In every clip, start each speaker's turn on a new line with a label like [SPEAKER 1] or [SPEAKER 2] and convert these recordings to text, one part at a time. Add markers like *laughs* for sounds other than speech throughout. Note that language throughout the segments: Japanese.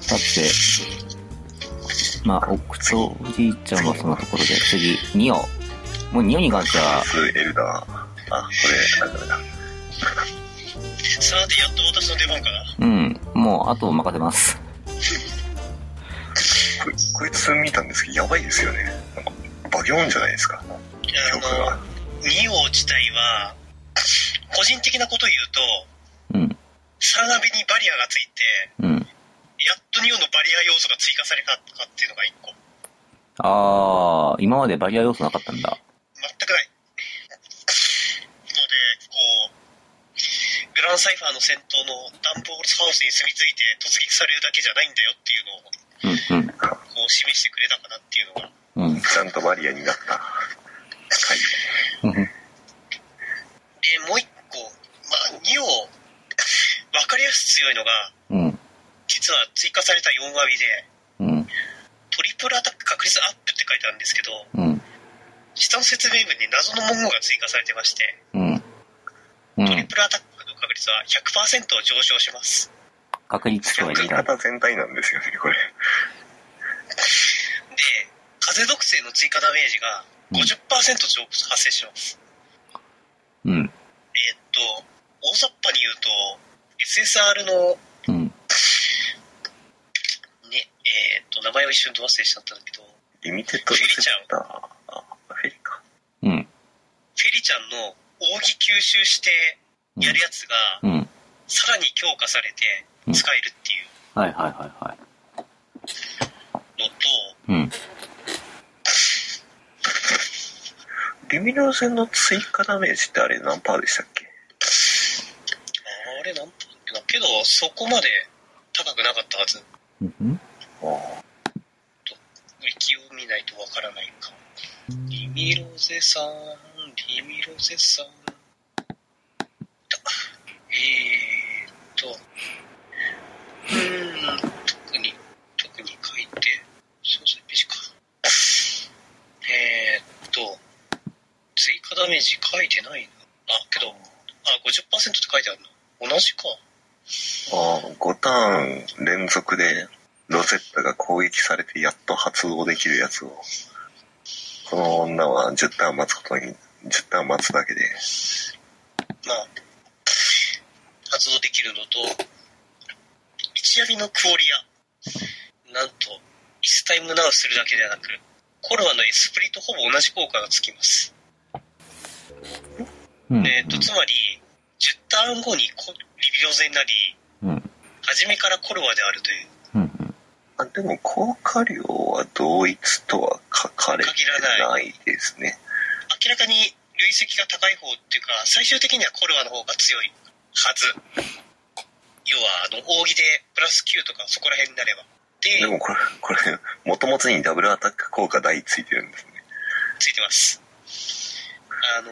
[SPEAKER 1] 経って、まあ、奥とおじいちゃんはそのところで、次、ニオ。もうニオに関しては、
[SPEAKER 2] スエルダー。あ、これ、なんだろうな。
[SPEAKER 3] さて、やっと私の出番かな。
[SPEAKER 1] うん、もう、あとを任せます。
[SPEAKER 2] ここいつ見たんですけど、やばいですよね。なんか、バギョンじゃないですか。
[SPEAKER 3] いや、あ
[SPEAKER 2] 曲が
[SPEAKER 3] の、ニオ自体は、個人的なことを言うと、
[SPEAKER 1] うん、
[SPEAKER 3] サーナビにバリアがついて、
[SPEAKER 1] うん。
[SPEAKER 3] やっとニオのバリア要素が追加されたとかっていうのが一個。
[SPEAKER 1] あー、今までバリア要素なかったんだ。
[SPEAKER 3] 全くない。ので、こう、グランサイファーの戦闘のダンボールハウスに住み着いて突撃されるだけじゃないんだよっていうの
[SPEAKER 1] うん、
[SPEAKER 3] を、こう示してくれたかなっていうのが。
[SPEAKER 1] うん、うん。
[SPEAKER 2] ちゃんとバリアになった。はい。
[SPEAKER 3] で、もう一個、まあ、ニオ、わかりやすく強いのが、
[SPEAKER 1] うん、
[SPEAKER 3] 実は追加された4割で、
[SPEAKER 1] うん、
[SPEAKER 3] トリプルアタック確率アップって書いてあるんですけど、
[SPEAKER 1] うん、
[SPEAKER 3] 下の説明文に謎の文言が追加されてまして、
[SPEAKER 1] うん。う
[SPEAKER 3] トリ
[SPEAKER 1] ん、
[SPEAKER 3] プルアタックの確率は100%上昇します。
[SPEAKER 1] 確率とは
[SPEAKER 2] 作
[SPEAKER 1] 言
[SPEAKER 2] り
[SPEAKER 1] えない。
[SPEAKER 2] 方全体なんですよね、これ。
[SPEAKER 3] で、風属性の追加ダメージが50%上発生します。
[SPEAKER 1] うん、
[SPEAKER 3] えーっと、大雑把に言うと、SSR の、
[SPEAKER 1] うん、
[SPEAKER 3] ね、えーっと、名前を一瞬と忘れしちゃったんだけど、フ
[SPEAKER 2] リミテッドリセプター。あ、フェリか。
[SPEAKER 1] うん、
[SPEAKER 3] ェリちゃんの扇吸収してやるやつが、
[SPEAKER 1] うん。
[SPEAKER 3] さらに強化されて使えるってい
[SPEAKER 1] はいはいはいはい。
[SPEAKER 3] うのと、
[SPEAKER 1] うん、
[SPEAKER 2] リミナー戦の追加ダメージってあれ何パーでしたっけ
[SPEAKER 3] あれなんだっけなけどそこまで高くなかったはずウ
[SPEAKER 1] うん、
[SPEAKER 2] ああ。
[SPEAKER 3] ィキを見ないとわからないかリミロゼさんリミロゼさんだえー、っとうーん特に特に書いて詳細ページかえー、っと追加ダメージ書いてないなあけどあ50%って書いてあるな同じか
[SPEAKER 2] ああ、5ターン連続でロゼッタが攻撃されてやっと発動できるやつを、この女は10ターン待つことに、10ターン待つだけで、
[SPEAKER 3] まあ、発動できるのと、一闇のクオリア。なんと、イスタイムナウするだけではなく、コロアのエスプリとほぼ同じ効果がつきます。
[SPEAKER 1] うん。
[SPEAKER 3] えっ、と、つまり、10ターン後にコリビロゼになり、
[SPEAKER 1] うん、
[SPEAKER 3] 初めからコロアであるという、
[SPEAKER 1] うん、
[SPEAKER 2] あでも効果量は同一とは書かれてないですね。
[SPEAKER 3] 明らかに累積が高い方っていうか、最終的にはコロアの方が強いはず。要は、あの、扇でプラス9とかそこら辺になれば。で
[SPEAKER 2] で、もこれ、これ、もともとにダブルアタック効果台ついてるんですね。
[SPEAKER 3] ついてますあの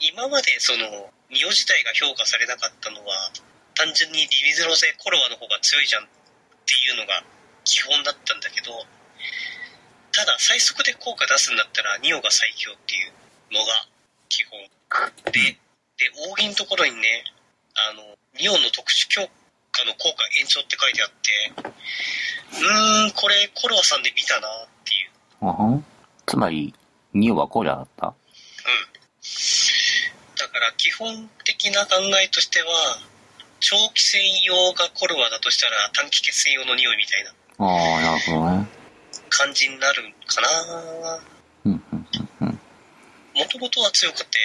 [SPEAKER 3] 今までそのミオ自体が評価されなかったのは単純にリビゼロ製コロワの方が強いじゃんっていうのが基本だったんだけどただ最速で効果出すんだったらニオが最強っていうのが基本でで扇のところにねあのニオの特殊強化の効果延長って書いてあってうーんこれコロワさんで見たなっていう
[SPEAKER 1] あはんつまり、ニオはコーラだった
[SPEAKER 3] だから基本的な考えとしては長期戦用がコルワだとしたら短期決戦用の匂いみたいな
[SPEAKER 1] ああ、なるほどね。
[SPEAKER 3] 感じになるかな
[SPEAKER 1] うん、うん、うん、
[SPEAKER 3] もともとは強くて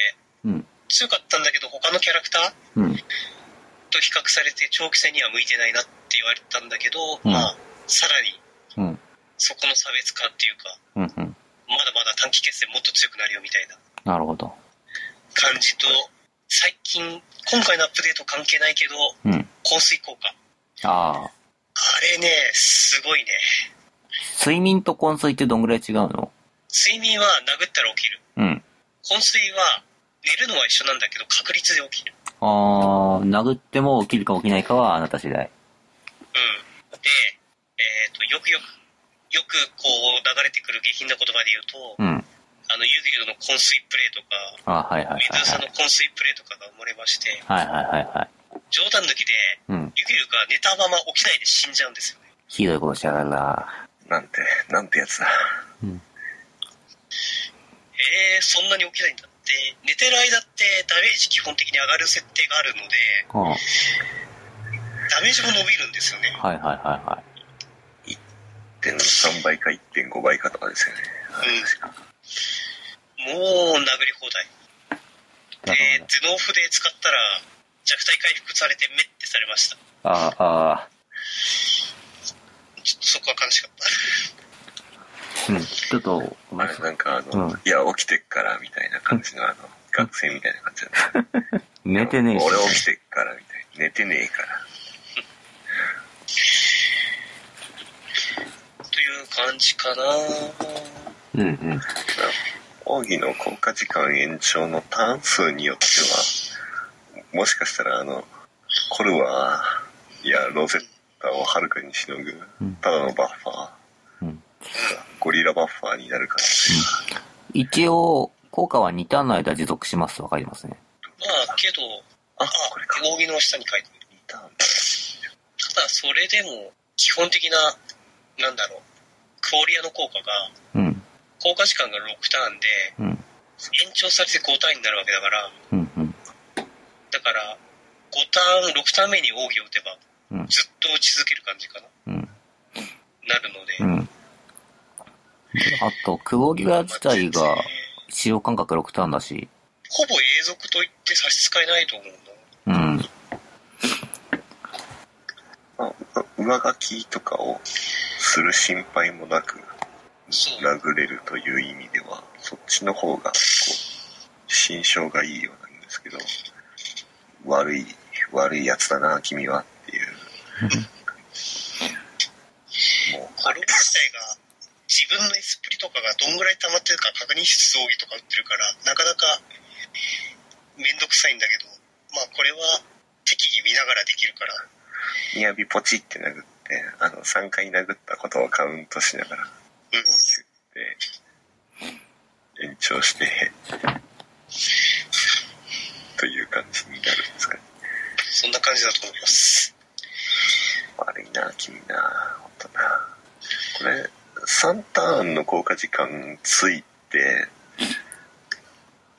[SPEAKER 1] うん、
[SPEAKER 3] 強かったんだけど他のキャラクター
[SPEAKER 1] うん、
[SPEAKER 3] と比較されて長期戦には向いてないなって言われたんだけど、
[SPEAKER 1] うん
[SPEAKER 3] まあさらに
[SPEAKER 1] うん、
[SPEAKER 3] そこの差別化っていうか
[SPEAKER 1] うん、うん。
[SPEAKER 3] まだまだ短期決戦もっと強くなるよみたいな
[SPEAKER 1] なるほど。
[SPEAKER 3] 感じと最近今回のアップデート関係ないけど
[SPEAKER 1] うん。
[SPEAKER 3] 香水効果
[SPEAKER 1] ああ、
[SPEAKER 3] あれね、すごいね。
[SPEAKER 1] 睡眠と昏睡ってどんぐらい違うの
[SPEAKER 3] 睡眠は殴ったら起きる。
[SPEAKER 1] うん。
[SPEAKER 3] 昏睡は寝るのは一緒なんだけど確率で起きる。
[SPEAKER 1] ああ、殴っても起きるか起きないかはあなた次第。
[SPEAKER 3] うん。で、えっ、と、よくよく、よくこう流れてくる下品な言葉で言うと、
[SPEAKER 1] うん。
[SPEAKER 3] あの、ユギュの昏睡プレイとか、
[SPEAKER 1] あはいはいはい
[SPEAKER 3] 水
[SPEAKER 1] は
[SPEAKER 3] さんの
[SPEAKER 1] い。
[SPEAKER 3] 昏睡プレイとかが生まれまして、
[SPEAKER 1] はいはいはいはい。
[SPEAKER 3] 冗談抜きで、
[SPEAKER 1] うん。
[SPEAKER 3] ユギュが寝たまま起きないで死んじゃうんですよね。
[SPEAKER 1] ひどいことしやがるな。
[SPEAKER 2] なんて、なんてやつだ。
[SPEAKER 1] うん。
[SPEAKER 3] へえそんなに起きないんだって寝てる間ってダメージ基本的に上がる設定があるので
[SPEAKER 1] うん。はい
[SPEAKER 3] ダメージも伸びるんですよね
[SPEAKER 1] はいはいはい。
[SPEAKER 2] 1.3倍か1.5倍かとかですよね。
[SPEAKER 3] うんもう殴り放題
[SPEAKER 1] なるほど
[SPEAKER 3] で
[SPEAKER 1] ね。
[SPEAKER 3] 頭脳筆使ったら弱体回復されてメッてされました
[SPEAKER 1] ああ、ああ。
[SPEAKER 3] ちょっとそこは悲しかった
[SPEAKER 1] うん。ちょっと、お
[SPEAKER 2] あ
[SPEAKER 1] 前
[SPEAKER 2] れなんかあの、
[SPEAKER 1] うん
[SPEAKER 2] いや、起きてっからみたいな感じの、あの、学生みたいな感じだね。
[SPEAKER 1] 寝てねえし。
[SPEAKER 2] 俺起きてっからみたいな。寝てねえから。
[SPEAKER 3] という感じかな
[SPEAKER 1] うんうん。
[SPEAKER 2] 講義の効果時間延長のターン数によっては、もしかしたらあの、コルは、いや、ロゼッタをはるかにしのぐ
[SPEAKER 1] うん、
[SPEAKER 2] ただのバッファー、
[SPEAKER 1] うん
[SPEAKER 2] ゴリラバッファーになるから、
[SPEAKER 1] 一応、効果は2ターンの間持続しますとわかりますね。
[SPEAKER 3] まあけど
[SPEAKER 2] あ、
[SPEAKER 3] あ
[SPEAKER 2] これか。
[SPEAKER 3] 扇の下に書いてある
[SPEAKER 2] リターン
[SPEAKER 3] ただそれでも基本的ななんだろうクオリアの効果が
[SPEAKER 1] うん。
[SPEAKER 3] 効果時間が6ターンで
[SPEAKER 1] うん。
[SPEAKER 3] 延長されて5ターンになるわけだから
[SPEAKER 1] うんうん。
[SPEAKER 3] だから5ターン6ターン目に扇を打てば
[SPEAKER 1] うん
[SPEAKER 3] ずっと打ち続ける感じかな
[SPEAKER 1] うん。
[SPEAKER 3] なるので、
[SPEAKER 1] うん。あと、クボギラ自体が使用間隔6ターンだし、
[SPEAKER 3] ほぼ永続と言って差し支えないと思うの
[SPEAKER 1] うん。
[SPEAKER 2] まあう上書きとかをする心配もなく、
[SPEAKER 3] そう
[SPEAKER 2] 殴れるという意味では、そっちの方が、こう、心象がいいようなんですけど、悪い、悪いやつだな、君はっていう。も
[SPEAKER 3] これ自体が自分のエスプリとかがどんぐらい溜まってるか確認しつつ扇とか打ってるからなかなかめんどくさいんだけどまあこれは適宜見ながらできるから
[SPEAKER 2] う、みやびポチって殴って、あの、3回殴ったことをカウントしながら、
[SPEAKER 3] うん
[SPEAKER 2] 大きくって、延長して、という感じになるんですかね。
[SPEAKER 3] そんな感じだと思います
[SPEAKER 2] 悪いな君な本当なこれ3ターンの効果時間ついて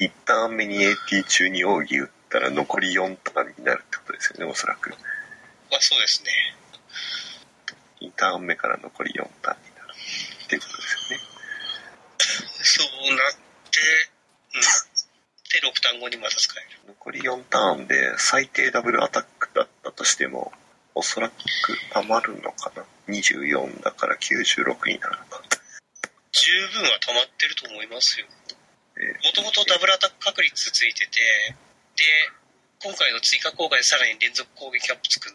[SPEAKER 2] 1ターン目に AT 中に奥義打ったら残り4ターンになるってことですよねおそらく
[SPEAKER 3] まあそうですね
[SPEAKER 2] 2ターン目から残り4ターンになるっていうことですよね
[SPEAKER 3] そうなってうんで6単語にまた使える
[SPEAKER 2] 残り4ターンで最低ダブルアタックだったとしてもおそらく溜まるのかな24だから96になるのか
[SPEAKER 3] 十分は溜まってると思いますよ
[SPEAKER 2] え
[SPEAKER 3] もともとダブルアタック確率ついててで今回の追加効果でさらに連続攻撃アップつくんで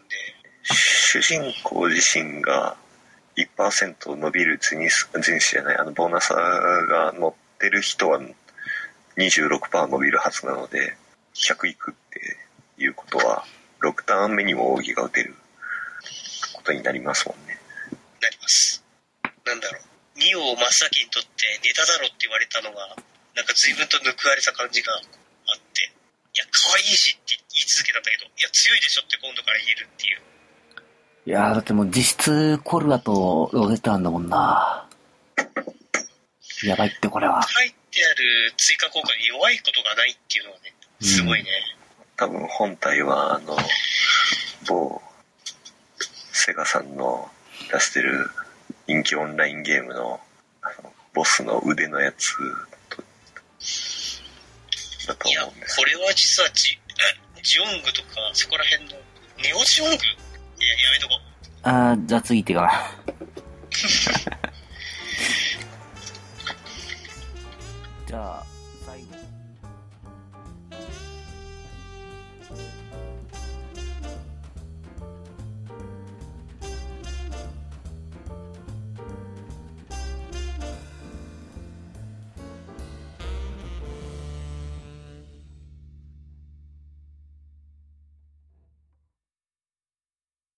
[SPEAKER 2] 主人公自身が1%伸びる人人種じゃないあのボーナスが乗ってる人は26%伸びるはずなので100いくっていうことは6ターン目にも扇が打てることになりますもんね
[SPEAKER 3] なります。なんだろう。二王真崎にとってネタだろって言われたのが、なんか随分と報われた感じがあって、いや、可愛いしって言い続けたんだけど、いや、強いでしょって今度から言えるっていう。
[SPEAKER 1] いやー、だってもう実質コルラとロゼッタなんだもんな。やばいって、これは。
[SPEAKER 3] 入ってある追加効果に弱いことがないっていうのはね、すごいね。
[SPEAKER 2] 多分本体はあの某セガさんの出してる人気オンラインゲームのあのボスの腕のやつとだと
[SPEAKER 3] いや、
[SPEAKER 2] 思うんです
[SPEAKER 3] これは実はジジオングとか、そこら辺の、ネオジオングいや、やめとこう。
[SPEAKER 1] *laughs* あー、じゃあ次行ってかな。